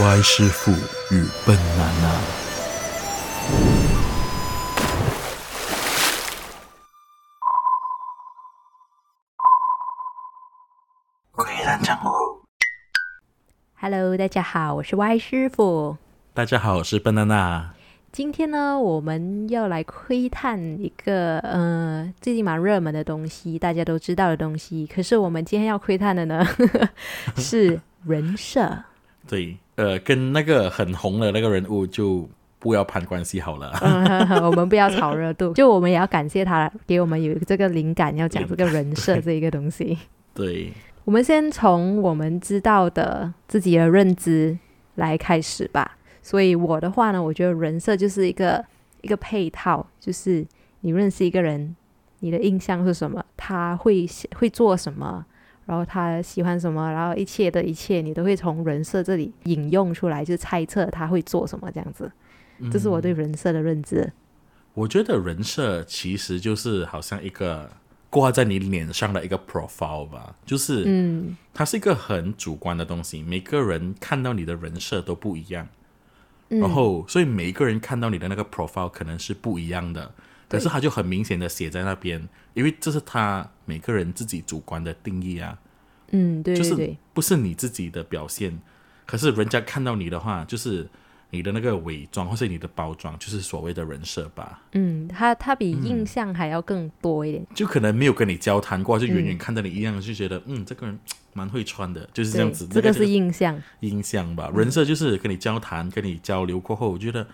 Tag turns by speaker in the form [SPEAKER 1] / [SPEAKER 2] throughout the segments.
[SPEAKER 1] 歪师傅与笨啊娜娜。
[SPEAKER 2] 鬼兰掌舞，
[SPEAKER 3] Hello，大家好，我是 Y 师傅。
[SPEAKER 1] 大家好，我是笨娜啊娜。
[SPEAKER 3] 今天呢，我们要来窥探一个呃最近蛮热门的东西，大家都知道的东西。可是我们今天要窥探的呢， 是人设。
[SPEAKER 1] 对，呃，跟那个很红的那个人物就不要攀关系好了。
[SPEAKER 3] 嗯，我们不要炒热度，就我们也要感谢他给我们有这个灵感，要讲这个人设这一个东西。
[SPEAKER 1] 对，
[SPEAKER 3] 我们先从我们知道的自己的认知来开始吧。所以我的话呢，我觉得人设就是一个一个配套，就是你认识一个人，你的印象是什么，他会喜会做什么，然后他喜欢什么，然后一切的一切你都会从人设这里引用出来，就猜测他会做什么这样子。
[SPEAKER 1] 嗯
[SPEAKER 3] 这是我对人设的认知。
[SPEAKER 1] 我觉得人设其实就是好像一个挂在你脸上的一个 profile 吧，就是
[SPEAKER 3] 嗯，
[SPEAKER 1] 它是一个很主观的东西，每个人看到你的人设都不一样，
[SPEAKER 3] 嗯
[SPEAKER 1] 然后所以每一个人看到你的那个 profile 可能是不一样的，可是他就很明显的写在那边，因为这是他每个人自己主观的定义啊，
[SPEAKER 3] 嗯，对
[SPEAKER 1] 就
[SPEAKER 3] 对
[SPEAKER 1] 是
[SPEAKER 3] 对，
[SPEAKER 1] 不是你自己的表现，可是人家看到你的话，就是你的那个伪装或是你的包装，就是所谓的人设吧，
[SPEAKER 3] 嗯，他他比印象还要更多一点。
[SPEAKER 1] 就可能没有跟你交谈过，就远
[SPEAKER 3] 嗯
[SPEAKER 1] 远看到你一样，就觉得嗯，这个人蛮会穿的，就是这样子，
[SPEAKER 3] 对这个
[SPEAKER 1] 那
[SPEAKER 3] 是嗯印象。
[SPEAKER 1] 印象吧。人设就是跟你交谈、跟你交流过后，我觉得，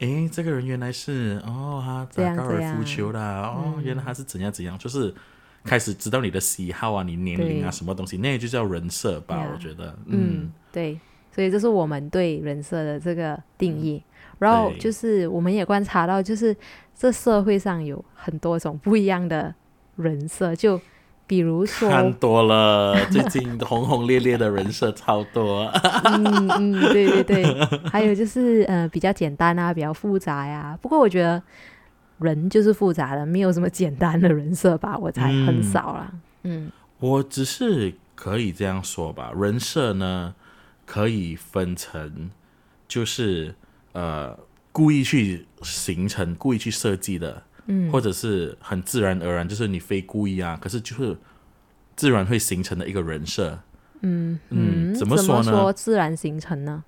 [SPEAKER 1] 诶，这个人原来是哦，他
[SPEAKER 3] 这
[SPEAKER 1] 打
[SPEAKER 3] 样
[SPEAKER 1] 高
[SPEAKER 3] 这
[SPEAKER 1] 尔夫
[SPEAKER 3] 样嗯
[SPEAKER 1] 球的啊，哦，原来他是怎样怎样，就是开始知道你的喜好啊、你年龄啊、
[SPEAKER 3] 对
[SPEAKER 1] 什么东西，那就叫人设吧。
[SPEAKER 3] Yeah
[SPEAKER 1] 我觉得，嗯
[SPEAKER 3] 嗯，对，所以这是我们对人设的这个定义。
[SPEAKER 1] 嗯
[SPEAKER 3] 然后
[SPEAKER 1] 对
[SPEAKER 3] 就是我们也观察到，就是这社会上有很多种不一样的人设，就比如说，
[SPEAKER 1] 看多了，最近轰轰烈烈的人设超 多。
[SPEAKER 3] 嗯嗯，对 对对，还有就是呃比较简单啊，比较复杂呀、不过我觉得人就是复杂的，没有什么简单的人设吧，我才
[SPEAKER 1] 嗯
[SPEAKER 3] 很少啦。嗯
[SPEAKER 1] 我只是可以这样说吧，人设呢可以分成，就是呃故意去形成、故意去设计的，
[SPEAKER 3] 嗯
[SPEAKER 1] 或者是很自然而然，就是你非故意啊，可是就是自然会形成的一个人设。
[SPEAKER 3] 嗯
[SPEAKER 1] 嗯怎么说呢
[SPEAKER 3] 自然形成呢？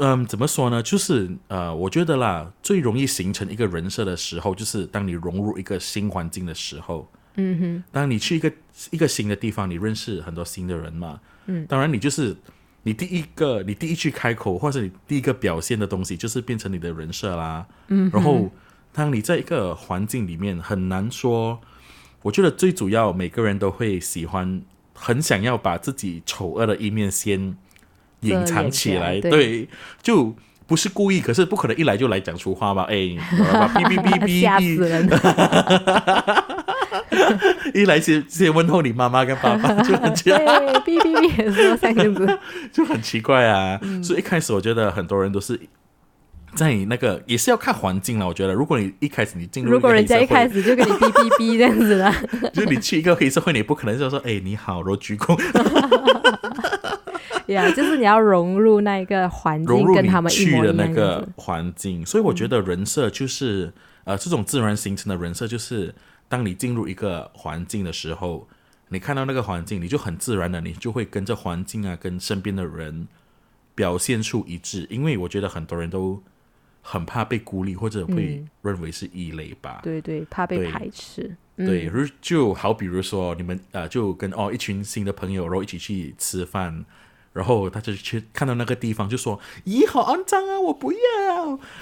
[SPEAKER 1] 嗯，怎么说呢？就是呃，我觉得啦，最容易形成一个人设的时候，就是当你融入一个新环境的时候。
[SPEAKER 3] 嗯哼，
[SPEAKER 1] 当你去一个一个新的地方，你认识很多新的人嘛，
[SPEAKER 3] 嗯
[SPEAKER 1] 当然你就是你第一个，你第一句开口或者你第一个表现的东西，就是变成你的人设啦，嗯，然后当你在一个环境里面，很难说，我觉得最主要每个人都会喜欢，很想要把自己丑恶的一面先隐藏起来，
[SPEAKER 3] 遮掩起来对
[SPEAKER 1] 就不是故意，可是不可能一来就来讲粗话吧，哎， 哔哔哔哔哔，
[SPEAKER 3] 吓死人！
[SPEAKER 1] 一来先先问候你妈妈跟爸爸，就很奇
[SPEAKER 3] 对，哔哔哔也是三个字。
[SPEAKER 1] 就很奇怪 啊。
[SPEAKER 3] 嗯
[SPEAKER 1] 所以一开始我觉得很多人都是在那个也是要看环境了。我觉得如果你一开始你进入
[SPEAKER 3] 如果人家一开
[SPEAKER 1] 始
[SPEAKER 3] 始就跟你哔哔哔这样 子啦，
[SPEAKER 1] 就你去一个黑社会，你不可能就说哎你好，然后鞠躬，
[SPEAKER 3] 呀，就是你要融入那一个环
[SPEAKER 1] 融
[SPEAKER 3] 境，
[SPEAKER 1] 入
[SPEAKER 3] 跟
[SPEAKER 1] 你
[SPEAKER 3] 他们一
[SPEAKER 1] 去
[SPEAKER 3] 模
[SPEAKER 1] 的
[SPEAKER 3] 一
[SPEAKER 1] 那
[SPEAKER 3] 样这样
[SPEAKER 1] 个
[SPEAKER 3] 子。嗯
[SPEAKER 1] 环境。所以我觉得人设就是、呃这种自然形成的人设，就是当你进入一个环境的时候。你看到那个环境，你就很自然的，你就会跟着环境啊，跟身边的人表现出一致。因为我觉得很多人都很怕被孤立，或者会
[SPEAKER 3] 嗯
[SPEAKER 1] 认为是异类吧。
[SPEAKER 3] 对对，怕被
[SPEAKER 1] 对
[SPEAKER 3] 排斥。
[SPEAKER 1] 对，如就好比如说你们呃，就跟哦一群新的朋友，然后一起去吃饭，然后他就去看到那个地方就说：“咦，好肮脏啊，我不要。”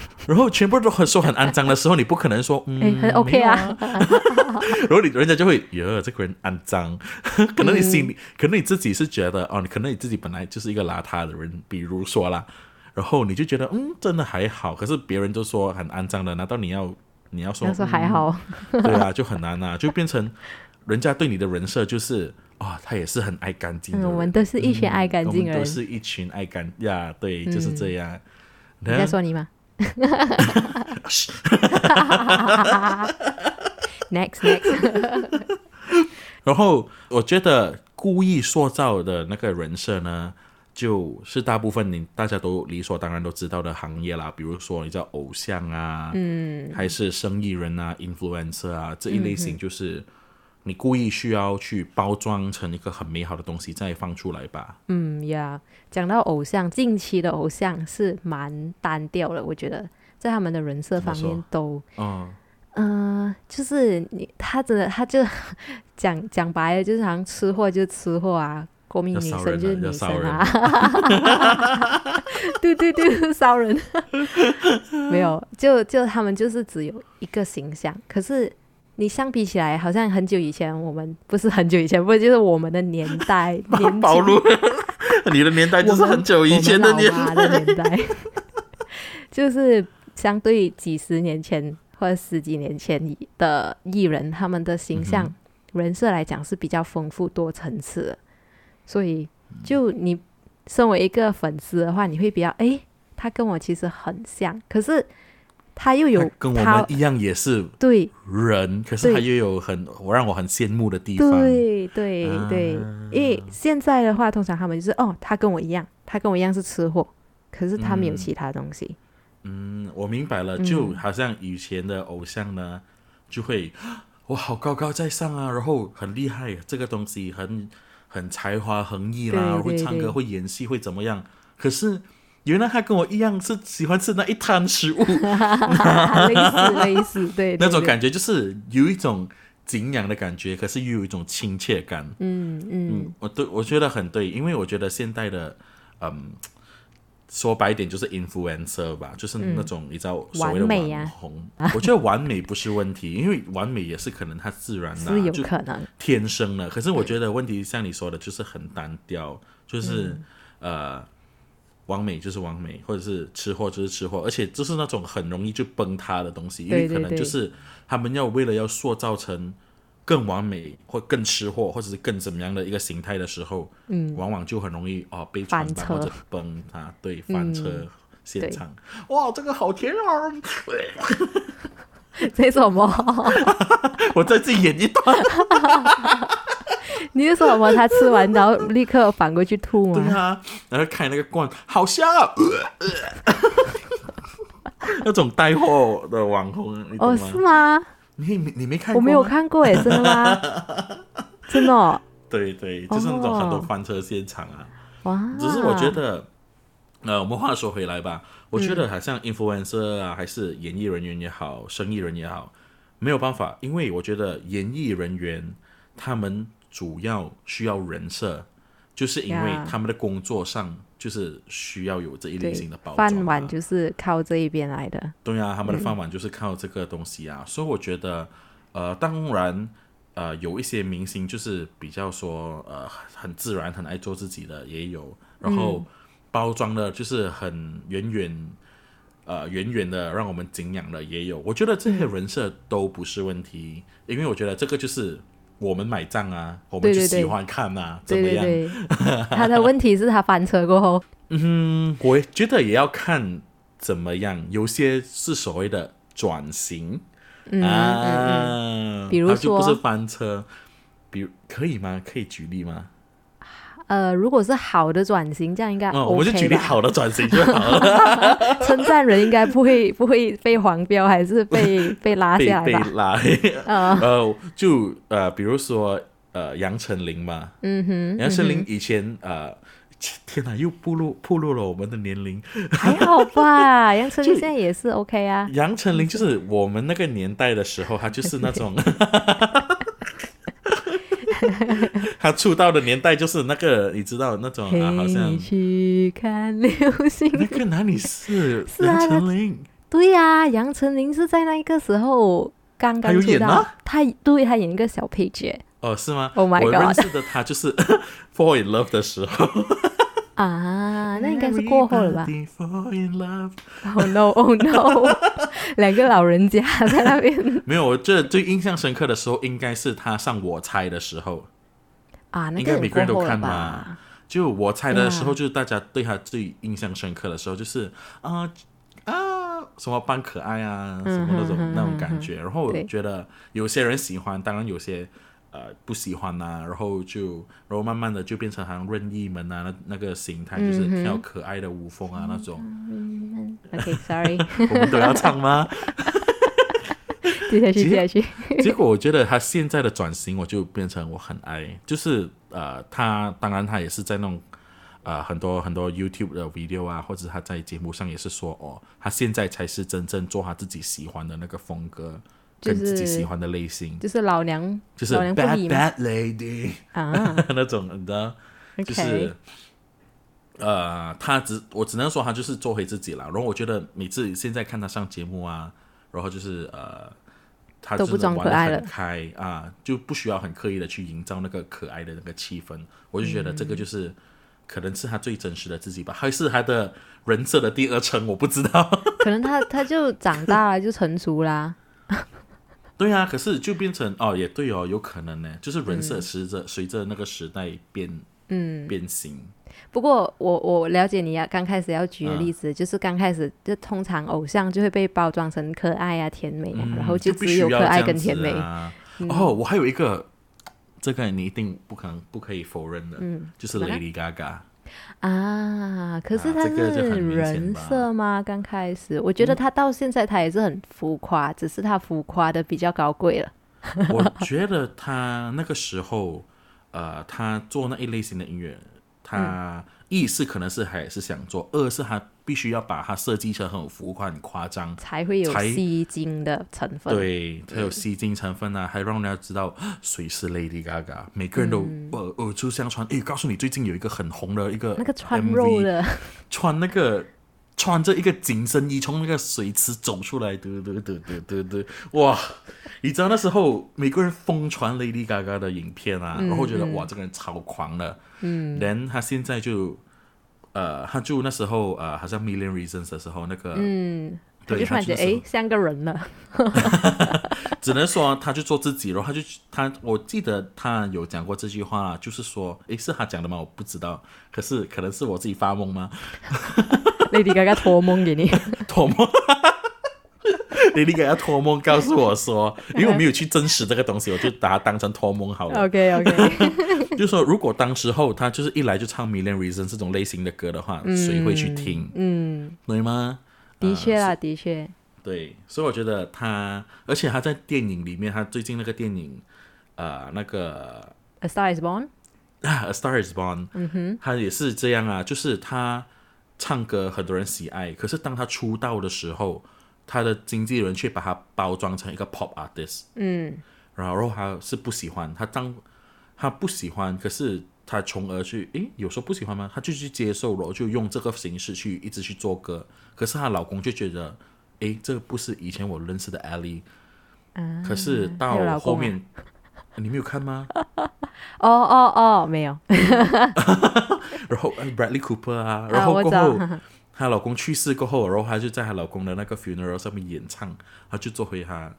[SPEAKER 1] 然后全部都很说很肮脏的时候，你不可能说嗯
[SPEAKER 3] 哎，很 OK 啊，
[SPEAKER 1] 然后你人家就会，哟，这个人肮脏。 可能你心里，可能你自己是觉得，哦，你可能你自己本来就是一个邋遢的人，比如说啦，然后你就觉得，嗯，真的还好。可是别人都说很肮脏的，难道你要你要说？
[SPEAKER 3] 要说还好，
[SPEAKER 1] 嗯对啊，就很难啊，就变成人家对你的人设就是，哦，他也是很爱干净的
[SPEAKER 3] 嗯，
[SPEAKER 1] 人。
[SPEAKER 3] 我们都是一群爱干
[SPEAKER 1] 我
[SPEAKER 3] 净
[SPEAKER 1] 们
[SPEAKER 3] 的
[SPEAKER 1] 都
[SPEAKER 3] 人。嗯
[SPEAKER 1] 是一群爱干呀，对，就是这样。
[SPEAKER 3] 你
[SPEAKER 1] 嗯
[SPEAKER 3] 在说 你吗 ？Next next，
[SPEAKER 1] 然后我觉得故意塑造的那个人设呢，就是大部分你大家都理所当然都知道的行业啦，比如说你叫偶像啊，嗯，还是生意人啊、influencer 啊这一类
[SPEAKER 3] 嗯
[SPEAKER 1] 型，就是你故意需要去包装成一个很美好的东西再放出来吧。
[SPEAKER 3] 嗯呀讲到偶像，近期的偶像是蛮单调的，我觉得在他们的人设
[SPEAKER 1] 怎么
[SPEAKER 3] 方面
[SPEAKER 1] 说
[SPEAKER 3] 都
[SPEAKER 1] 嗯，
[SPEAKER 3] 嗯，就是你他真的他就 讲讲白了，就是好像吃货就吃货啊，国民
[SPEAKER 1] 要
[SPEAKER 3] 女
[SPEAKER 1] 骚
[SPEAKER 3] 神
[SPEAKER 1] 人
[SPEAKER 3] 就是
[SPEAKER 1] 啊要
[SPEAKER 3] 女神
[SPEAKER 1] 骚人
[SPEAKER 3] 啊， 对对对，骚人， 没有，就就他们就是只有一个形象，可是。你相比起来，好像很久以前，我们不是很久以前，不是就是我们的年代，年
[SPEAKER 1] 暴
[SPEAKER 3] 轻
[SPEAKER 1] 露你的年代就是很久以前的年
[SPEAKER 3] 我们老妈的年代， 就是相对几十年前或者十几年前的艺人，他们的形
[SPEAKER 1] 嗯
[SPEAKER 3] 象、人设来讲是比较丰富多层次的，所以就你身为一个粉丝的话，你会比较诶，他跟我其实很像，可是他又有
[SPEAKER 1] 跟我
[SPEAKER 3] 他
[SPEAKER 1] 们一样也是
[SPEAKER 3] 对
[SPEAKER 1] 人，可是
[SPEAKER 3] 对
[SPEAKER 1] 他又有很我让我很羡慕的地方。
[SPEAKER 3] 对对对，
[SPEAKER 1] 啊
[SPEAKER 3] 因为现在的话，通常他们就是哦，他跟我一样，他跟我一样是吃货，可是他没有
[SPEAKER 1] 嗯
[SPEAKER 3] 其他东西。
[SPEAKER 1] 嗯，我明白了，就好像以前的偶像呢，
[SPEAKER 3] 嗯
[SPEAKER 1] 就会 我好高高在上啊，然后很厉害，这个东西很很才华横溢啦，
[SPEAKER 3] 对
[SPEAKER 1] 会
[SPEAKER 3] 对
[SPEAKER 1] 唱
[SPEAKER 3] 对
[SPEAKER 1] 歌，会演戏，会怎么样？可是原来他跟我一样是喜欢吃那一摊食物，
[SPEAKER 3] 啊类似类似，对，
[SPEAKER 1] 那种
[SPEAKER 3] 觉，
[SPEAKER 1] 感觉就是有一种敬仰的感觉，可是又有一种亲切感。
[SPEAKER 3] 嗯嗯
[SPEAKER 1] 嗯，我对我觉得很对，因为我觉得现代的，嗯，说白一点就是 influencer 吧，就是那种你知道所谓的
[SPEAKER 3] 完美啊
[SPEAKER 1] 网红。我觉得完美不是问题，因为完美也是可能它自然的、
[SPEAKER 3] 是有
[SPEAKER 1] 啊就
[SPEAKER 3] 可能，
[SPEAKER 1] 天生的。可是我觉得问题像你说的，就是很单调，就是、
[SPEAKER 3] 嗯
[SPEAKER 1] 呃。完美就是完美，或者是吃货就是吃货，而且就是那种很容易就崩塌的东西，因为
[SPEAKER 3] 对对
[SPEAKER 1] 可能
[SPEAKER 3] 对
[SPEAKER 1] 就是他们要为了要塑造成更完美或更吃货，或者是更怎么样的一个形态的时候，嗯，往往就很容易哦被传
[SPEAKER 3] 翻
[SPEAKER 1] 吧
[SPEAKER 3] 车嗯
[SPEAKER 1] 或者崩啊，对，翻车。现
[SPEAKER 3] 对
[SPEAKER 1] 场，哇，这个好甜啊！
[SPEAKER 3] 这是什么？
[SPEAKER 1] 我再自己演一段。
[SPEAKER 3] 你是说什么？他吃完然后立刻反过去吐
[SPEAKER 1] 对
[SPEAKER 3] 吗？
[SPEAKER 1] 啊，然后开那个罐，好香啊！ 那种带货的网红，你懂
[SPEAKER 3] 哦，
[SPEAKER 1] 吗
[SPEAKER 3] 是？吗？
[SPEAKER 1] 你你你没看过？
[SPEAKER 3] 我没有。看过诶，真的吗？ 真的哦
[SPEAKER 1] 对对，就是那种很多
[SPEAKER 3] 哦
[SPEAKER 1] 翻车现场啊。
[SPEAKER 3] 哇！
[SPEAKER 1] 只是我觉得，呃，我们话说回来吧，
[SPEAKER 3] 嗯
[SPEAKER 1] 我觉得好像 influencer 啊，还是演艺人员也好，生意人也好，没有办法，因为我觉得演艺人员他们主要需要人设，就是因为
[SPEAKER 3] Yeah
[SPEAKER 1] 他们的工作上就是需要有这一类
[SPEAKER 3] 对
[SPEAKER 1] 型的包装、啊。
[SPEAKER 3] 饭碗就是靠这一边来的，
[SPEAKER 1] 对啊，他们的饭碗就是靠这个东西啊，所以我觉得，呃，当然，呃，有一些明星就是比较说，呃，很自然、很爱做自己的也有，然后
[SPEAKER 3] 嗯
[SPEAKER 1] 包装的就是很远远，呃，远远的让我们敬仰的也有。我觉得这些人设都不是问题，因为我觉得这个就是我们买账啊，我们
[SPEAKER 3] 对
[SPEAKER 1] 就
[SPEAKER 3] 对对
[SPEAKER 1] 喜欢看啊，
[SPEAKER 3] 对
[SPEAKER 1] 怎么
[SPEAKER 3] 对
[SPEAKER 1] 样？
[SPEAKER 3] 对。 他的问题是他翻车过后，
[SPEAKER 1] 嗯，我觉得也要看怎么样，有些是所谓的转型。
[SPEAKER 3] 嗯嗯嗯，
[SPEAKER 1] 啊，
[SPEAKER 3] 比如
[SPEAKER 1] 它就不
[SPEAKER 3] 说
[SPEAKER 1] 是翻车，比如可以吗？可以举例吗？
[SPEAKER 3] 呃，如果是好的转型，这样应该
[SPEAKER 1] 嗯，我们就举
[SPEAKER 3] 啊 OK
[SPEAKER 1] 例
[SPEAKER 3] 吧？
[SPEAKER 1] 好的转型就 好了，
[SPEAKER 3] 称赞人应该不会 不会被黄标，还是被被拉
[SPEAKER 1] 被
[SPEAKER 3] 下
[SPEAKER 1] 被
[SPEAKER 3] 来吧？
[SPEAKER 1] 拉。
[SPEAKER 3] 嗯
[SPEAKER 1] 呃，就呃，比如说呃，杨丞琳嘛，
[SPEAKER 3] 嗯哼，
[SPEAKER 1] 杨丞琳以前呃，天哪，又暴露暴露了我们的年龄。
[SPEAKER 3] 还好吧，杨丞琳
[SPEAKER 1] 就
[SPEAKER 3] 现在也是 OK 啊。
[SPEAKER 1] 杨丞琳就是我们那个年代的时候，她就是那种，她出道的年代就是那个，你知道那种
[SPEAKER 3] 陪
[SPEAKER 1] 啊，好像
[SPEAKER 3] 你去看流星。
[SPEAKER 1] 那个哪里是
[SPEAKER 3] 是啊
[SPEAKER 1] 杨丞 琳？
[SPEAKER 3] 对呀、杨丞琳是在那个时候刚
[SPEAKER 1] 她
[SPEAKER 3] 刚
[SPEAKER 1] 有
[SPEAKER 3] 出
[SPEAKER 1] 演
[SPEAKER 3] 道
[SPEAKER 1] 吗，
[SPEAKER 3] 她对她演一个小配角
[SPEAKER 1] 哦，是吗
[SPEAKER 3] Oh my
[SPEAKER 1] 我
[SPEAKER 3] God
[SPEAKER 1] 认识的他就是 fall in love 的时候，
[SPEAKER 3] 啊，那应该是过后了吧
[SPEAKER 1] Everybody fall in love
[SPEAKER 3] ？Oh no, oh no，两 个老人家在 那边
[SPEAKER 1] 没有，我觉得最印象深刻的时候应该是他上我猜的时候，
[SPEAKER 3] 啊，那
[SPEAKER 1] 应
[SPEAKER 3] 个
[SPEAKER 1] 该
[SPEAKER 3] 很
[SPEAKER 1] 每个人
[SPEAKER 3] 过
[SPEAKER 1] 都
[SPEAKER 3] 后了
[SPEAKER 1] 看
[SPEAKER 3] 吧？
[SPEAKER 1] 吧。就我猜的时候，
[SPEAKER 3] Yeah
[SPEAKER 1] 就是大家对他最印象深刻的时候，就是啊啊、什么扮可爱啊，什么那种、
[SPEAKER 3] 嗯哼
[SPEAKER 1] 那种感觉。然后我
[SPEAKER 3] 对
[SPEAKER 1] 觉得有些人喜欢，当然有些呃不喜欢呐、然后就然后慢慢的就变成好像任意门啊那那个形态，
[SPEAKER 3] 嗯
[SPEAKER 1] 就是跳可爱的舞风啊、那种，
[SPEAKER 3] OK，sorry，
[SPEAKER 1] 我们都要唱吗？
[SPEAKER 3] 接下去，
[SPEAKER 1] 其实
[SPEAKER 3] 接下去。
[SPEAKER 1] 结果我觉得他现在的转型，我就变成我很爱，就是呃，他当然他也是在那种呃很多很多 YouTube 的 video 啊，或者他在节目上也是说哦，他现在才是真正做他自己喜欢的那个风格，
[SPEAKER 3] 就是
[SPEAKER 1] 跟自己喜欢的类型，
[SPEAKER 3] 就是老娘，
[SPEAKER 1] 就是
[SPEAKER 3] 老娘不
[SPEAKER 1] bad
[SPEAKER 3] 理嘛
[SPEAKER 1] bad lady
[SPEAKER 3] 啊
[SPEAKER 1] 那种，你知道，
[SPEAKER 3] ，OK，
[SPEAKER 1] 就是。呃，他只我只能说他就是做回自己了。然后我觉得每次现在看他上节目啊，然后就是呃，他
[SPEAKER 3] 都
[SPEAKER 1] 真
[SPEAKER 3] 不
[SPEAKER 1] 的
[SPEAKER 3] 装
[SPEAKER 1] 玩
[SPEAKER 3] 可
[SPEAKER 1] 得
[SPEAKER 3] 爱
[SPEAKER 1] 很
[SPEAKER 3] 了
[SPEAKER 1] 开啊，就不需要很刻意的去营造那个可爱的那个气氛。我就觉得这个就是、
[SPEAKER 3] 嗯
[SPEAKER 1] 可能是他最真实的自己吧，还是他的人设的第二层，我不知道。
[SPEAKER 3] 可能他他就长大了，就成熟啦。
[SPEAKER 1] 对啊，可是就变成哦，也对哦，有可能呢，就是人
[SPEAKER 3] 嗯
[SPEAKER 1] 设随着、随着那个时代变，嗯，变形。
[SPEAKER 3] 不过我我了解你要刚开始要举的
[SPEAKER 1] 嗯
[SPEAKER 3] 例子，就是刚开始就通常偶像就会被包装成可爱啊、甜美啊，然后
[SPEAKER 1] 嗯就必
[SPEAKER 3] 只
[SPEAKER 1] 须
[SPEAKER 3] 有
[SPEAKER 1] 要
[SPEAKER 3] 可爱
[SPEAKER 1] 这样
[SPEAKER 3] 跟
[SPEAKER 1] 子
[SPEAKER 3] 甜美。嗯
[SPEAKER 1] 啊哦，我还有一个，这个你一定不可能不可以否认的，就是
[SPEAKER 3] 什嗯么呢
[SPEAKER 1] Lady Gaga。
[SPEAKER 3] 啊，可是
[SPEAKER 1] 啊
[SPEAKER 3] 他
[SPEAKER 1] 这个就是很明显嗯
[SPEAKER 3] 人
[SPEAKER 1] 吧
[SPEAKER 3] 设吗？刚开始，我觉得他到现在他也是很浮夸，只是他浮夸的比较高贵了。
[SPEAKER 1] 我觉得他那个时候，呃，他做那一类型的音乐，他
[SPEAKER 3] 嗯
[SPEAKER 1] 一是可能是还是想做，二是他必须要把它设计成很浮夸、很夸张。
[SPEAKER 3] 才会有
[SPEAKER 1] 才
[SPEAKER 3] 吸睛的成分。，
[SPEAKER 1] 对，它有吸睛成分啊，还让人家知道谁是 Lady Gaga，每个人都呃呃就相传。诶，告诉你，最近有一个很红的一个
[SPEAKER 3] 嗯那个穿
[SPEAKER 1] MV
[SPEAKER 3] 肉的，
[SPEAKER 1] 穿那个穿着一个紧身衣从那个水池走出来，嘟嘟嘟嘟嘟嘟，哇！你知道那时候美国人疯传 Lady Gaga 的影片啊，然后觉得、
[SPEAKER 3] 嗯
[SPEAKER 1] 哇，这个人超狂的，嗯，人他现在就。呃，他就那时候呃，好像《Million Reasons》的时候，那个，嗯，
[SPEAKER 3] 我
[SPEAKER 1] 对，
[SPEAKER 3] 就突
[SPEAKER 1] 他
[SPEAKER 3] 然
[SPEAKER 1] 就那
[SPEAKER 3] 觉得
[SPEAKER 1] 时候
[SPEAKER 3] 诶，像个人了。
[SPEAKER 1] 只能说他就做自己，然后他就他，我记得他有讲过这句话啦，就是说，诶，是他讲的吗？我不知道，可是可能是我自己发梦吗？
[SPEAKER 3] Lady Gaga 托梦给 你，
[SPEAKER 1] 托梦。 你你给他托梦告诉我说，因为我没有去证实这个东西，我就把它当成托梦好了。
[SPEAKER 3] OK
[SPEAKER 1] 啊
[SPEAKER 3] OK，
[SPEAKER 1] 就是说，如果当时候他就是一来就唱《Million Reasons》这种类型的歌的话，谁会去听？嗯，对吗？
[SPEAKER 3] 的确啦，的确，
[SPEAKER 1] 对，所以我觉得他，而且他在电影里面，他最近那个电影，呃，那个
[SPEAKER 3] 《A Star Is Born》
[SPEAKER 1] 啊，《A Star Is Born》，嗯哼，他也是这样啊，就是他唱歌很多人喜爱，可是当他出道的时候，他的经纪人却把他包装成一个 pop artist，嗯，然后他是不喜欢，他当他不喜欢，可是他从而去，诶，有时候不喜欢吗？他就去接受了，就用这个形式去一直去做歌，可是她老公就觉得，诶，这不是以前我认识的 Ellie，、可是
[SPEAKER 3] 还有
[SPEAKER 1] 到
[SPEAKER 3] 老公
[SPEAKER 1] 后
[SPEAKER 3] 啊
[SPEAKER 1] 面。你没有看吗？
[SPEAKER 3] 哦哦哦，没有，
[SPEAKER 1] 然后呃 Bradley Cooper 啊，然后
[SPEAKER 3] 我
[SPEAKER 1] 过
[SPEAKER 3] 知道
[SPEAKER 1] 后她、老公去世过后，然后她就在她老公的那个 funeral 上面演唱，她就做回她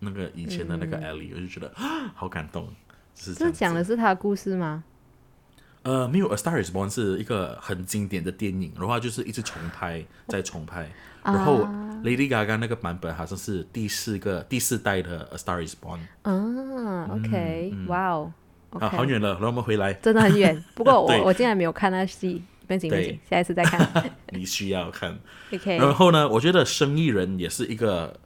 [SPEAKER 1] 那个以前的那个 Ellie，、我就觉得啊好感动。就是这
[SPEAKER 3] 这
[SPEAKER 1] 样子
[SPEAKER 3] 讲嗯的是他的故事吗？
[SPEAKER 1] 呃，没有《A Star Is Born》是一个很经典的电影，然后它就是一直重拍再重拍，
[SPEAKER 3] 啊
[SPEAKER 1] 然后 Lady Gaga 那个版本好像是第四个第四代的《A Star Is Born》
[SPEAKER 3] 啊，OK，哇哦
[SPEAKER 1] 啊，好
[SPEAKER 3] ，OK，
[SPEAKER 1] 远了，然后我们回来，
[SPEAKER 3] 真的 很远。不过
[SPEAKER 1] 对
[SPEAKER 3] 我我竟然没有看那戏，不行不
[SPEAKER 1] 对
[SPEAKER 3] 行，下一次 再看。
[SPEAKER 1] 你需要看。
[SPEAKER 3] OK，
[SPEAKER 1] 然后呢，我觉得生意人也是一个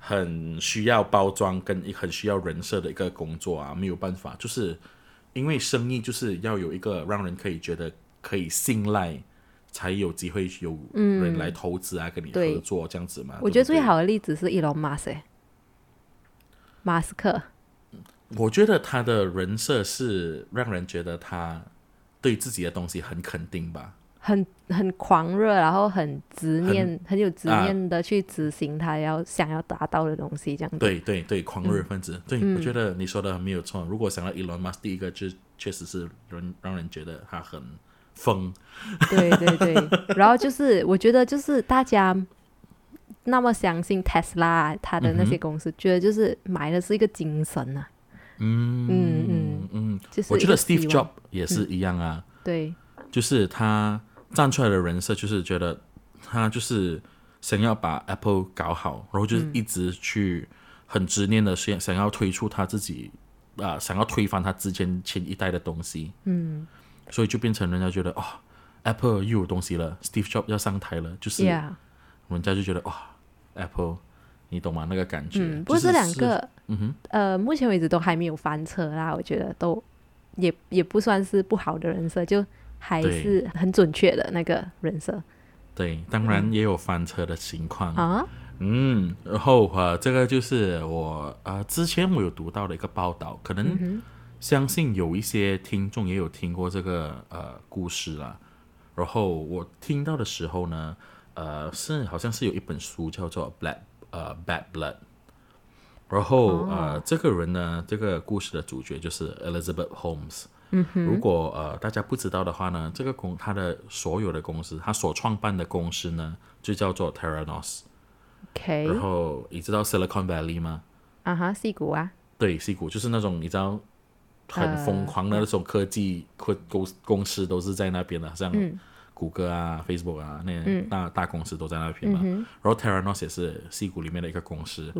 [SPEAKER 1] 很需要包装跟一很需要人设的一个工作啊，没有办法，就是因为生意就是要有一个让人可以觉得可以信赖，才有机会有人来投资啊，跟你
[SPEAKER 3] 对
[SPEAKER 1] 合作这样子嘛。
[SPEAKER 3] 嗯我觉
[SPEAKER 1] 对
[SPEAKER 3] 得
[SPEAKER 1] 不
[SPEAKER 3] 最
[SPEAKER 1] 对，
[SPEAKER 3] 好的例子是 Elon Musk，哎马斯克，
[SPEAKER 1] 我觉得他的人设是让人觉得他对自己的东西很肯定吧。
[SPEAKER 3] 很很狂热，然后很执
[SPEAKER 1] 很
[SPEAKER 3] 念，很有执
[SPEAKER 1] 啊
[SPEAKER 3] 念的去执行他要想要达到的东西，这样子。
[SPEAKER 1] 对对对，狂
[SPEAKER 3] 嗯
[SPEAKER 1] 热分子，对、我觉得你说的没有错。如果想到 Elon Musk，第一个就确实是人让人觉得他很疯，
[SPEAKER 3] 对对 对，然后就是我觉得就是大家那么相信 Tesla 它的那
[SPEAKER 1] 嗯
[SPEAKER 3] 些公司，觉得就是买的是一个精神啊，嗯嗯
[SPEAKER 1] 嗯，
[SPEAKER 3] 就是
[SPEAKER 1] 我觉得
[SPEAKER 3] 一个希
[SPEAKER 1] Steve
[SPEAKER 3] 望嗯
[SPEAKER 1] Jobs 也是一样啊，
[SPEAKER 3] 对
[SPEAKER 1] 就是他站出来的人设，就是觉得他就是想要把 Apple 搞好，然后就是一直去很执念的想想要推出他自己啊想要推翻他之前前一代的东西，
[SPEAKER 3] 嗯
[SPEAKER 1] 所以就变成人家觉得哦，Apple 又有东西了，Steve Jobs 要上台了，就是
[SPEAKER 3] ，Yeah，
[SPEAKER 1] 人家就觉得哇、Apple，你懂吗？那个感觉。
[SPEAKER 3] 嗯，不
[SPEAKER 1] 就
[SPEAKER 3] 过
[SPEAKER 1] 是
[SPEAKER 3] 这两
[SPEAKER 1] 是，
[SPEAKER 3] 个
[SPEAKER 1] 嗯哼，
[SPEAKER 3] 呃，目前为止都还没有翻车啦，我觉得都也也不算是不好的人设，就还
[SPEAKER 1] 对
[SPEAKER 3] 是很准确的那个人设
[SPEAKER 1] 对，当然也有翻车的情况。
[SPEAKER 3] 啊。
[SPEAKER 1] 嗯，然后呃，这个就是我呃之前我有读到的一个报道，可能、
[SPEAKER 3] 嗯
[SPEAKER 1] 相信有一些听众也有听过这个呃故事啦。然后我听到的时候呢，呃，是好像是有一本书叫做《Black 呃 Bad Blood》，然后、呃，这个人呢，这个故事的主角就是 Elizabeth Holmes。嗯哼，如果呃大家不知道的话呢，这个公他的所有的公司，他所创办的公司呢，就叫做 Terranos。
[SPEAKER 3] 哼，OK，
[SPEAKER 1] 然后你知道 Silicon Valley 吗？
[SPEAKER 3] 啊哈，戏骨啊，
[SPEAKER 1] 对，西谷就是那种你知道很疯狂的那种科技科公公司都是在那边的，像谷歌啊、Facebook 啊那些大、大公司都在那边嘛。然后 Terranos 也是西谷里面的一个公司。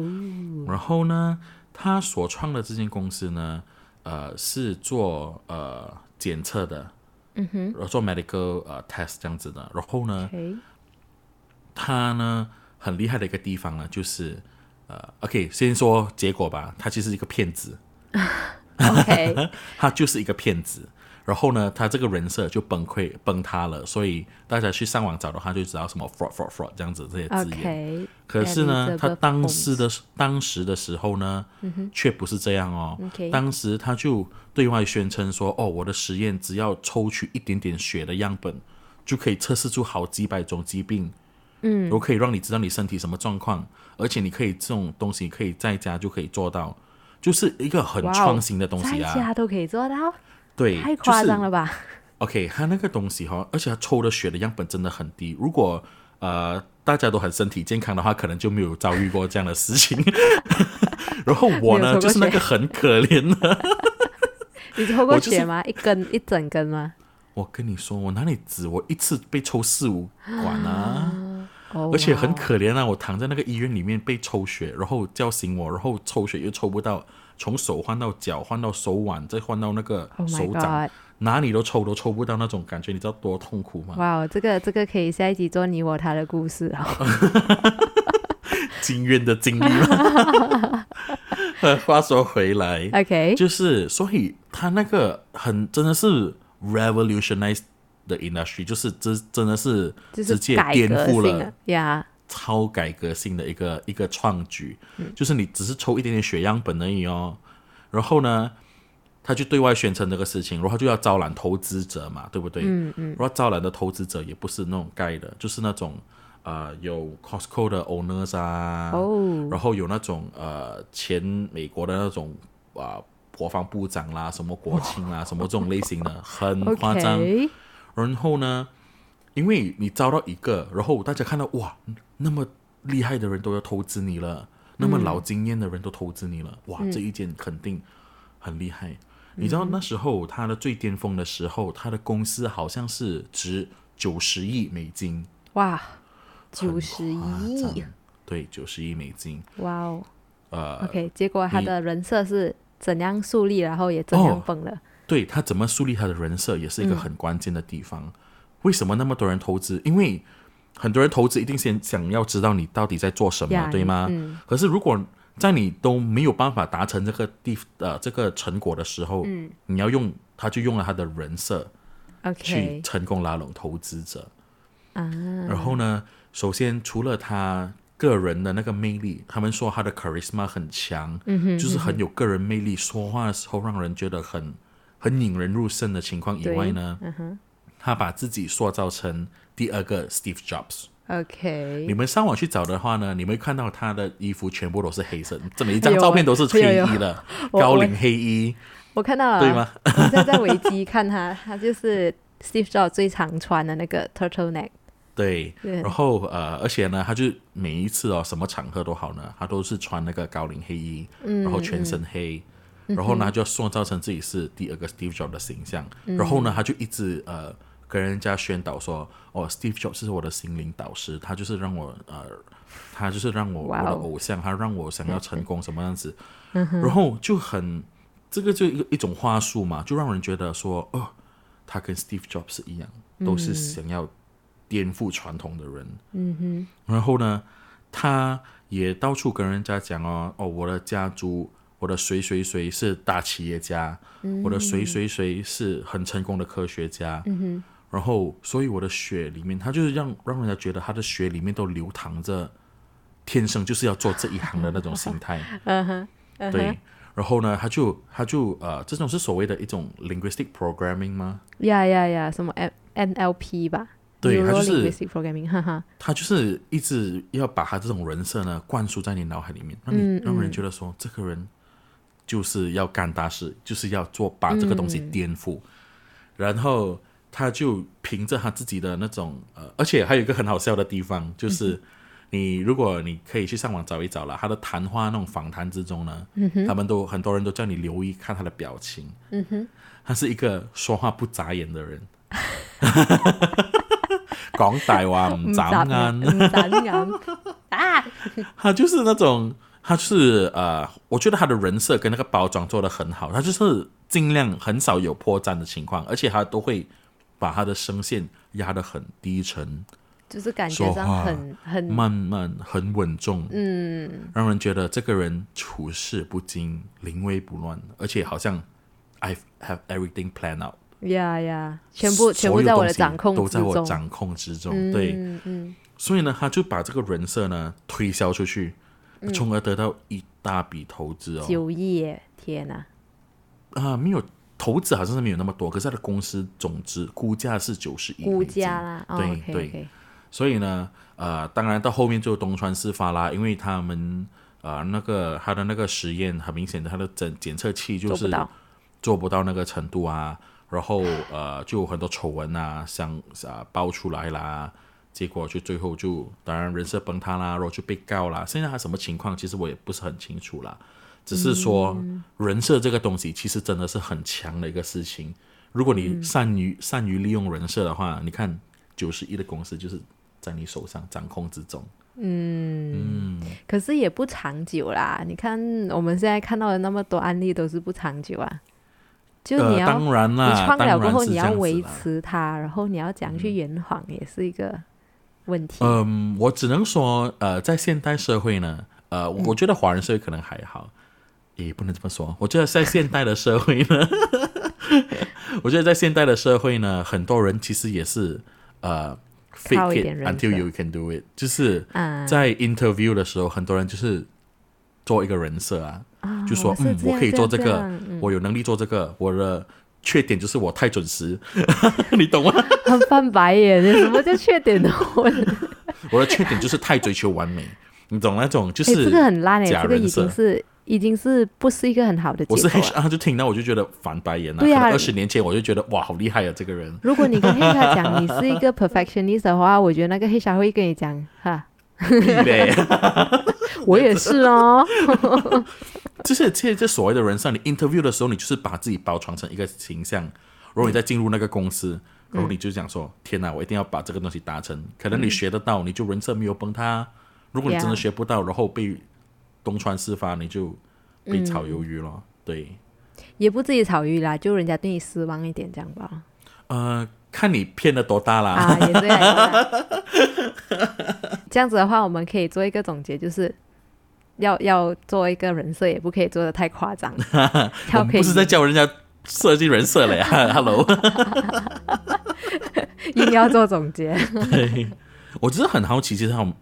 [SPEAKER 1] 然后呢，他所创的这间公司呢，呃，是做呃检测的，嗯哼，然后做 medical 呃 test 这样子的。然后呢，
[SPEAKER 3] ，OK，
[SPEAKER 1] 他呢很厉害的一个地方呢，就是呃，OK，先说结果吧，他其实是一个骗子。
[SPEAKER 3] OK，
[SPEAKER 1] 他就是一个骗子。然后呢，他这个人设就崩溃崩塌了，所以大家去上网找的话，就知道什么 fraud fraud fraud 这样子这些字眼。
[SPEAKER 3] OK，
[SPEAKER 1] 可是呢，
[SPEAKER 3] Elizabeth
[SPEAKER 1] 他当时的当时的时候呢，却不是这样哦。
[SPEAKER 3] 嗯 OK
[SPEAKER 1] 当时他就对外宣称说：“哦，我的实验只要抽取一点点血的样本，就可以测试出好几百种疾病。”嗯，都可以让你知道你身体什么状况，而且你可以这种东西可以在家就可以做到，就是一个很
[SPEAKER 3] 哇哦
[SPEAKER 1] 创新的东
[SPEAKER 3] 在
[SPEAKER 1] 西啊。
[SPEAKER 3] 家都可以做到，
[SPEAKER 1] 对，
[SPEAKER 3] 太夸张了
[SPEAKER 1] 就是、
[SPEAKER 3] 吧？
[SPEAKER 1] OK，他那个东西哈、而且他抽的血的样本真的很低。如果呃大家都很身体健康的话，可能就没有遭遇过这样的事情。 然后我
[SPEAKER 3] 没有抽
[SPEAKER 1] 呢，
[SPEAKER 3] 过
[SPEAKER 1] 就是那
[SPEAKER 3] 血
[SPEAKER 1] 个很可怜的。
[SPEAKER 3] 你抽过
[SPEAKER 1] 我就是
[SPEAKER 3] 血吗？一根一整根吗？
[SPEAKER 1] 我跟你说，我哪里止？我一次被抽四五管啊，
[SPEAKER 3] 哦，
[SPEAKER 1] 而且很
[SPEAKER 3] 哇哦
[SPEAKER 1] 可怜啊！我躺在那个医院里面被抽血，然后叫醒我，然后抽血又抽不到，从手换到脚，换到手腕，再换到那个
[SPEAKER 3] Oh
[SPEAKER 1] 手掌
[SPEAKER 3] my god！
[SPEAKER 1] 哪里都抽都抽不到那种感觉，你知道多痛苦吗？
[SPEAKER 3] 哇哦，这个这个可以下一集做你我他的故事哦。
[SPEAKER 1] 经验的经历嘛。呃话说回来，
[SPEAKER 3] OK，
[SPEAKER 1] 就是所以他那个很真的是 revolutionize 的 industry，就是真真的是
[SPEAKER 3] 就是
[SPEAKER 1] 直接
[SPEAKER 3] 改
[SPEAKER 1] 颠
[SPEAKER 3] 革
[SPEAKER 1] 覆
[SPEAKER 3] 性
[SPEAKER 1] 了啊
[SPEAKER 3] 的呀。
[SPEAKER 1] 超改革性的一个一个创举，
[SPEAKER 3] 嗯
[SPEAKER 1] 就是你只是抽一点点血样本而已哦。然后呢，他就对外宣称这个事情，然后就要招揽投资者嘛，对不对？嗯嗯。然后招揽的投资者也不是那种盖的，就是那种呃有 Costco 的 owners 啊，
[SPEAKER 3] 哦
[SPEAKER 1] 然后有那种呃前美国的那种啊、呃国防部长啦，什么国庆啦，什么这种类型的，很夸张。
[SPEAKER 3] ，OK，
[SPEAKER 1] 然后呢，因为你招到一个，然后大家看到哇，那么厉害的人都要投资你了，那么老经验的人都投资你了，哇，这一件肯定很厉害。你知道那时候他的最巅峰的时候，他的公司好像是值九十亿美金，
[SPEAKER 3] 哇，
[SPEAKER 1] 很
[SPEAKER 3] 九十
[SPEAKER 1] 夸
[SPEAKER 3] 亿
[SPEAKER 1] 张，对，九十亿美金，
[SPEAKER 3] 哇哦
[SPEAKER 1] 呃，
[SPEAKER 3] ，OK，结果他
[SPEAKER 1] 你
[SPEAKER 3] 的人设是怎样树立，然后也怎样
[SPEAKER 1] 哦
[SPEAKER 3] 崩了。
[SPEAKER 1] 对他怎么树立他的人设，也是
[SPEAKER 3] 嗯
[SPEAKER 1] 一个很关键的地方。为什么那么多人投资？因为很多人投资一定先想要知道你到底在做什么
[SPEAKER 3] 呀
[SPEAKER 1] 对吗？
[SPEAKER 3] 嗯
[SPEAKER 1] 可是如果在你都没有办法达成这个地呃这个成果的时候，
[SPEAKER 3] 嗯
[SPEAKER 1] 你要用他就用了他的人设去
[SPEAKER 3] ，OK，
[SPEAKER 1] 成功拉拢投资者。
[SPEAKER 3] 啊，
[SPEAKER 1] 然后呢，首先除了他个人的那个魅力，他们说他的 charisma 很强，嗯哼，就是很有个人魅力，说话的时候让人觉得很很引人入胜的情况以
[SPEAKER 3] 对嗯
[SPEAKER 1] 外呢，他把自己塑造成第二个 Steve Jobs。你
[SPEAKER 3] ，OK，
[SPEAKER 1] 们上网去找的话呢，你们会看到他的衣服全部都是黑色，这每一张
[SPEAKER 3] 有
[SPEAKER 1] 照片都是黑
[SPEAKER 3] 有有
[SPEAKER 1] 衣的，
[SPEAKER 3] 我啊
[SPEAKER 1] 高
[SPEAKER 3] 我
[SPEAKER 1] 领黑衣，
[SPEAKER 3] 我看到了，
[SPEAKER 1] 对吗？
[SPEAKER 3] 我在在维基看他，他就是 Steve Jobs 最常穿的那个 turtleneck。
[SPEAKER 1] 对，
[SPEAKER 3] 对
[SPEAKER 1] 然后呃，而且呢，他就每一次哦，什么场合都好呢，他都是穿那个高领黑衣，然后全身黑，然后呢，他就塑造成自己是第二个 Steve Jobs 的形象，然后呢，他就一直呃跟人家宣导说，哦，Steve Jobs 是我的心灵导师，他就是让我呃，他就是让我、
[SPEAKER 3] 哇哦
[SPEAKER 1] 我的偶像，他让我想要成功什么样子，然后就很这个就一个一种话术嘛，就让人觉得说，哦，他跟 Steve Jobs 一样，都是想要颠覆传统的人。嗯哼。然后呢，他也到处跟人家讲哦，哦，我的家族，我的谁谁谁是大企业家，我的谁谁谁是很成功的科学家。嗯哼。然后，所以我的血里面，他就是让让人家觉得他的血里面都流淌着天生就是要做这一行的那种心 态。对，然后呢，他就他就呃，这种是所谓的一种 linguistic programming 吗？
[SPEAKER 3] 呀呀呀，什么 N NLP 吧？
[SPEAKER 1] 对它就是
[SPEAKER 3] Neurolinguistic programming，哈哈，
[SPEAKER 1] 他就是一直要把他这种人设呢灌输在你脑海里面，让你、让人觉得说这个人就是要干大事，就是要做把这个东西颠覆。然后他就凭着他自己的那种呃，而且还有一个很好笑的地方，就是你如果你可以去上网找一找啦，他的谈话那种访谈之中呢，他们都很多人都叫你留意看他的表情，嗯哼，他是一个说话不眨眼的人。讲大话唔眨眼，啊
[SPEAKER 3] 唔眨眼 啊！
[SPEAKER 1] 他就是那种，他就是呃，我觉得他的人设跟那个包装做得很好，他就是尽量很少有破绽的情况，而且他都会把他的声线压得很低沉，
[SPEAKER 3] 就是感觉
[SPEAKER 1] 说
[SPEAKER 3] 上
[SPEAKER 1] 话
[SPEAKER 3] 很很
[SPEAKER 1] 慢慢很稳重，嗯，让人觉得这个人处事不惊，临危不乱，而且好像 I have everything planned out，
[SPEAKER 3] 呀呀，全部全
[SPEAKER 1] 所
[SPEAKER 3] 部
[SPEAKER 1] 有
[SPEAKER 3] 在我的
[SPEAKER 1] 东西
[SPEAKER 3] 掌控
[SPEAKER 1] 都
[SPEAKER 3] 之
[SPEAKER 1] 在我
[SPEAKER 3] 中。
[SPEAKER 1] 掌控之中，对，
[SPEAKER 3] 嗯嗯，
[SPEAKER 1] 所以呢，他就把这个人设呢推销出去，嗯从而得到一大笔投资哦。
[SPEAKER 3] 九亿耶，天哪！
[SPEAKER 1] 啊，没有投资好像是没有那么多，可是他的公司总值估价是九十亿美金，
[SPEAKER 3] 估价啦，哦
[SPEAKER 1] 对
[SPEAKER 3] OK
[SPEAKER 1] 对
[SPEAKER 3] OK，
[SPEAKER 1] 所以呢，呃，当然到后面就东窗事发啦，因为他们啊、呃那个他的那个实验很明显的，他的检检测器就
[SPEAKER 3] 做不
[SPEAKER 1] 是
[SPEAKER 3] 到，
[SPEAKER 1] 做不到那个程度啊，然后呃就有很多丑闻啊，像啊爆出来啦，结果就最后就当然人设崩塌啦，然后就被告啦。现在他什么情况，其实我也不是很清楚啦，只是说、
[SPEAKER 3] 嗯
[SPEAKER 1] 人设这个东西其实真的是很强的一个事情。如果
[SPEAKER 3] 嗯
[SPEAKER 1] 你善于、善于利用人设的话，你看九十一的公司就是在你手上掌控之中。
[SPEAKER 3] 可是也不长久啦。你看我们现在看到的那么多案例都是不长久啊，就你
[SPEAKER 1] 呃，
[SPEAKER 3] 要、
[SPEAKER 1] 当然
[SPEAKER 3] 你
[SPEAKER 1] 啦，
[SPEAKER 3] 创了
[SPEAKER 1] 当
[SPEAKER 3] 过
[SPEAKER 1] 然
[SPEAKER 3] 后，
[SPEAKER 1] 是
[SPEAKER 3] 你
[SPEAKER 1] 这
[SPEAKER 3] 要
[SPEAKER 1] 样
[SPEAKER 3] 维
[SPEAKER 1] 子啦。
[SPEAKER 3] 持它，然后你要讲去圆谎，也是一个问题。
[SPEAKER 1] 嗯，我只能说，呃，在现代社会呢，呃，
[SPEAKER 3] 嗯
[SPEAKER 1] 我觉得华人社会可能还好，也不能这么说。我觉得在现代的社会呢， 我觉得在现代的社会呢，很多人其实也是呃
[SPEAKER 3] 靠一
[SPEAKER 1] ，fake
[SPEAKER 3] 点
[SPEAKER 1] it
[SPEAKER 3] 人
[SPEAKER 1] until
[SPEAKER 3] 设
[SPEAKER 1] you can do it，就是
[SPEAKER 3] 啊
[SPEAKER 1] 在 interview 的时候，很多人就是做一个人设啊，就说
[SPEAKER 3] 哦是
[SPEAKER 1] 嗯，
[SPEAKER 3] 这
[SPEAKER 1] 我
[SPEAKER 3] 样
[SPEAKER 1] 可以
[SPEAKER 3] 这
[SPEAKER 1] 做
[SPEAKER 3] 样
[SPEAKER 1] 这
[SPEAKER 3] 这
[SPEAKER 1] 个
[SPEAKER 3] 样，嗯
[SPEAKER 1] 我有能力做这个，我的缺点就是我太准时， 你懂吗？
[SPEAKER 3] 很翻白眼，什么叫缺点呢？我
[SPEAKER 1] 我的缺点就是太追求完美，你懂那种就
[SPEAKER 3] 哎、
[SPEAKER 1] 是
[SPEAKER 3] 这个很烂哎、
[SPEAKER 1] 假
[SPEAKER 3] 这个已
[SPEAKER 1] 人设
[SPEAKER 3] 经是已经是不是一个很好的
[SPEAKER 1] 我
[SPEAKER 3] 结
[SPEAKER 1] 是
[SPEAKER 3] 果、啊。
[SPEAKER 1] HR 就听到我就觉得翻白眼了、
[SPEAKER 3] 对啊
[SPEAKER 1] 二十年前我就觉得哇，好厉害啊，这个 人。
[SPEAKER 3] 如果你跟 HR 讲你是一个 perfectionist 的话，我觉得那个 HR 会跟你讲 哈，
[SPEAKER 1] 屁嘞，
[SPEAKER 3] 我也是哦。
[SPEAKER 1] 就是这这所谓的人设，你 interview 的时候，你就是把自己包装成一个形象，如果你再进入那个公司，然后你就想说，天哪，我一定要把这个东西达成。可能你学得到，你就人设没有崩塌；如果你真的
[SPEAKER 3] 嗯 Yeah
[SPEAKER 1] 学不到，然后被东窗事发，你就
[SPEAKER 3] 嗯
[SPEAKER 1] 被炒鱿鱼了。对，
[SPEAKER 3] 也不自己炒鱼啦，就人家对你失望一点这样吧。
[SPEAKER 1] 呃，看你骗的多大啦。
[SPEAKER 3] 啊，也这样。也对啊这样子的 话，我们可以做一个总结，就是要要做一个人设，也不可以做的太 夸张，
[SPEAKER 1] 我
[SPEAKER 3] 要
[SPEAKER 1] 们
[SPEAKER 3] 可以
[SPEAKER 1] 不是在教人家设计人设了呀 ，Hello。
[SPEAKER 3] 硬要做总结。
[SPEAKER 1] 对，我只是很好奇，其实他们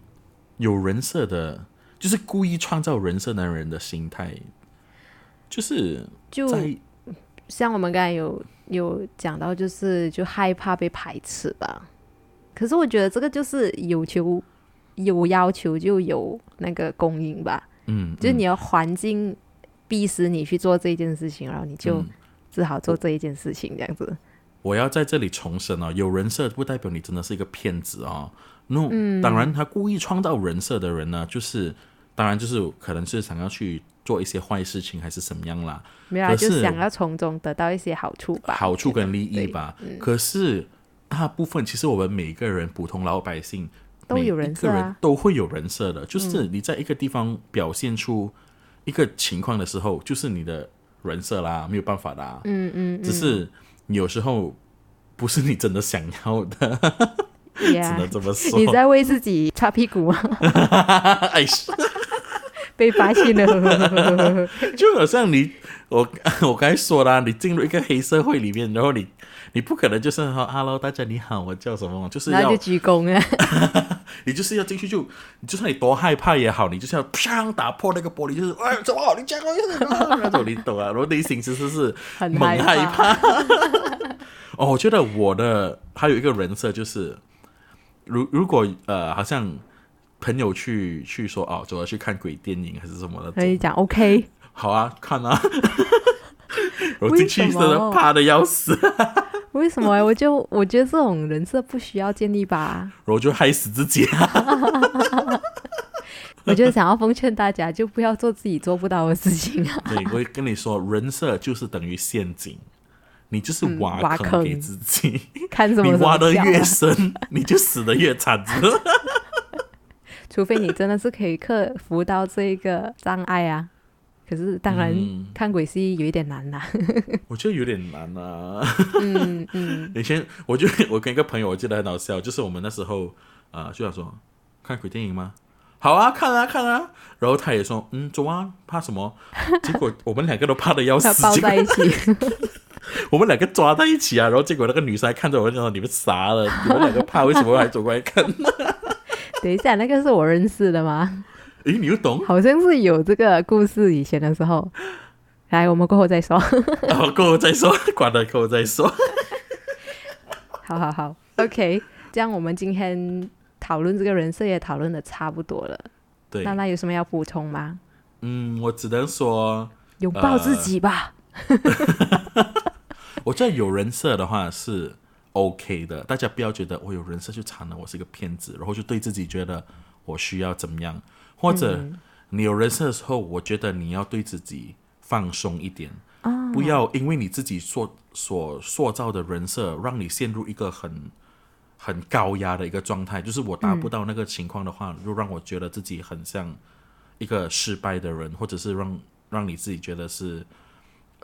[SPEAKER 1] 有人设的，就是故意创造人设的人的心态，就是
[SPEAKER 3] 就
[SPEAKER 1] 在
[SPEAKER 3] 像我们刚才有有讲到，就是就害怕被排斥吧。可是我觉得这个就是有求有要求就有那个供应吧，
[SPEAKER 1] 嗯，
[SPEAKER 3] 就是
[SPEAKER 1] 嗯
[SPEAKER 3] 你要环境逼死你去做这一件事情，然后你就
[SPEAKER 1] 嗯
[SPEAKER 3] 只好做这一件事情这样子。
[SPEAKER 1] 我要在这里重申哦，有人设不代表你真的是一个骗子哦。那、
[SPEAKER 3] 嗯
[SPEAKER 1] 当然，他故意创造人设的人呢，就是当然就是可能是想要去做一些坏事情，还是怎么样啦。
[SPEAKER 3] 没有啊，
[SPEAKER 1] 可
[SPEAKER 3] 就是想要从中得到一些好处吧。
[SPEAKER 1] 好处跟利益
[SPEAKER 3] 对嗯
[SPEAKER 1] 吧。可是大部分其实我们每个人，普通老百姓
[SPEAKER 3] 都有
[SPEAKER 1] 每一
[SPEAKER 3] 人
[SPEAKER 1] 个
[SPEAKER 3] 设啊嗯
[SPEAKER 1] 人都会有人设的，就是你在一个地方表现出一个情况的时候，就是你的人设啦，没有办法啦。
[SPEAKER 3] 嗯嗯，
[SPEAKER 1] 只是有时候不是你真的想要 的，
[SPEAKER 3] 嗯
[SPEAKER 1] 只能
[SPEAKER 3] yeah
[SPEAKER 1] 这么说。
[SPEAKER 3] 你在为自己擦屁股吗？
[SPEAKER 1] 哎，是
[SPEAKER 3] 被发现了，
[SPEAKER 1] 就好像你我我刚才说啦，你进入一个黑社会里面，然后你你不可能就是说 “hello，大家你好，我叫什么”， 就是
[SPEAKER 3] 然后
[SPEAKER 1] 要
[SPEAKER 3] 就鞠躬啊。
[SPEAKER 1] 你就是要进去就，你就算你多害怕也好，你就是要砰打破那个玻璃，就是哎，怎么你讲我就是那种，你懂啊？然后内心其实是
[SPEAKER 3] 很
[SPEAKER 1] 猛
[SPEAKER 3] 害
[SPEAKER 1] 害怕。哦，我觉得我的还有一个人设就是，如如果呃，好像朋友去去说哦，走要去看鬼电影还是什么的，
[SPEAKER 3] 所以讲 OK，
[SPEAKER 1] 好啊，看啊。 我
[SPEAKER 3] 为
[SPEAKER 1] 进去
[SPEAKER 3] 什
[SPEAKER 1] 真的
[SPEAKER 3] 么
[SPEAKER 1] 怕的要死，然
[SPEAKER 3] 为什 么？我就我觉得这种人设不需要建立吧。
[SPEAKER 1] 后就害死自己啊！
[SPEAKER 3] 我就想要奉劝 大家，就不要做自己做不到的事情啊。
[SPEAKER 1] 对，我会跟你说，人设就是等于陷阱，你就是
[SPEAKER 3] 嗯挖
[SPEAKER 1] 挖
[SPEAKER 3] 坑
[SPEAKER 1] 给自己，
[SPEAKER 3] 看什么
[SPEAKER 1] 你
[SPEAKER 3] 什么
[SPEAKER 1] 挖的
[SPEAKER 3] 笑啊
[SPEAKER 1] 越深， 你就死的越惨。
[SPEAKER 3] 除非你真的是可以克服到这一个障碍啊。可是当然，
[SPEAKER 1] 嗯
[SPEAKER 3] 看鬼戏有一点难啊啦。
[SPEAKER 1] 我觉得有点难啊。
[SPEAKER 3] 嗯 嗯，
[SPEAKER 1] 以前我就我跟一个朋友，我记得很好笑，就是我们那时候呃，就想说看鬼电影吗？好啊，看啊看啊，然后他也说嗯走啊，怕什么？结果我们两个都怕的要死
[SPEAKER 3] 要， 抱
[SPEAKER 1] 结果
[SPEAKER 3] 在一起，
[SPEAKER 1] 我们两个抓在一起啊，然后结果那个女生还看着我，就说你们 傻了，你们两个怕，为什么还走过来看？
[SPEAKER 3] 等一下，那个是我认识的吗？
[SPEAKER 1] 诶，你又懂？
[SPEAKER 3] 好像是有这个故事，以前的时候。来，我们过后再说。
[SPEAKER 1] 然哦后过后再说， 管了过后再 说。
[SPEAKER 3] 好好好，OK。这样我们今天讨论这个人设也讨论的差不多了。
[SPEAKER 1] 对，
[SPEAKER 3] 娜娜有什么要补充吗？
[SPEAKER 1] 嗯，我只能说，
[SPEAKER 3] 拥抱自
[SPEAKER 1] 呃
[SPEAKER 3] 己吧。
[SPEAKER 1] 我觉得有人设的话是 OK 的，大家不要觉得我有人设就惨了，我是个骗子，然后就对自己觉得我需要怎么样，或者你有人设的时候，我觉得你要对自己放松一点，不要因为你自己所所塑造的人设，让你陷入一个很。很高压的一个状态，就是我达不到那个情况的话，就让我觉得自己很像一个失败的人，或者是让让你自己觉得是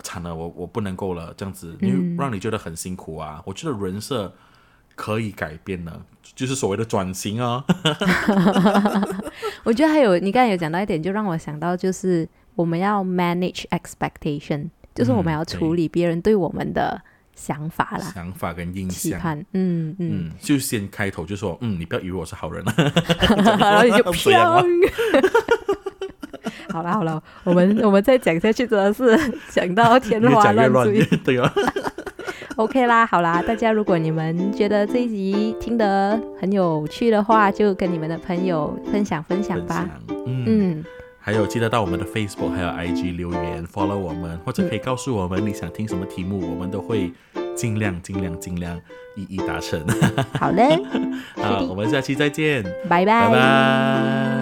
[SPEAKER 1] 惨了，我我不能够了这样子，因
[SPEAKER 3] 嗯
[SPEAKER 1] 为让你觉得很辛苦啊。我觉得人设可以改变的，就是所谓的转型啊。
[SPEAKER 3] 我觉得还有你刚才有讲到一点，就让我想到就是我们要 manage expectation，就是我们
[SPEAKER 1] 嗯
[SPEAKER 3] 要
[SPEAKER 1] 对
[SPEAKER 3] 处理别人对我们的想法啦、
[SPEAKER 1] 想法跟印
[SPEAKER 3] 期
[SPEAKER 1] 象，
[SPEAKER 3] 盼。嗯嗯，
[SPEAKER 1] 嗯，就先开头就说，嗯，你不要以为我是好人
[SPEAKER 3] 然后你就
[SPEAKER 1] 这样 啊
[SPEAKER 3] 砰。好啦好啦，我们我们再讲下去真的是讲到天
[SPEAKER 1] 越
[SPEAKER 3] 花
[SPEAKER 1] 讲越
[SPEAKER 3] 乱
[SPEAKER 1] 乱，越
[SPEAKER 3] 坠。
[SPEAKER 1] 对啊。
[SPEAKER 3] OK 啦，好啦，大家如果你们觉得这一集听得很有趣的话，就跟你们的朋友分享分享
[SPEAKER 1] 分
[SPEAKER 3] 吧
[SPEAKER 1] 享。，嗯，
[SPEAKER 3] 嗯，
[SPEAKER 1] 还有记得到我们的 Facebook 还有 IG 留言 follow 我们，或者可以告诉我们你想听什么题目，我们都会尽量尽量尽量一一达成。
[SPEAKER 3] 好嘞，
[SPEAKER 1] 好，我们下期再见，
[SPEAKER 3] 拜
[SPEAKER 1] 拜拜。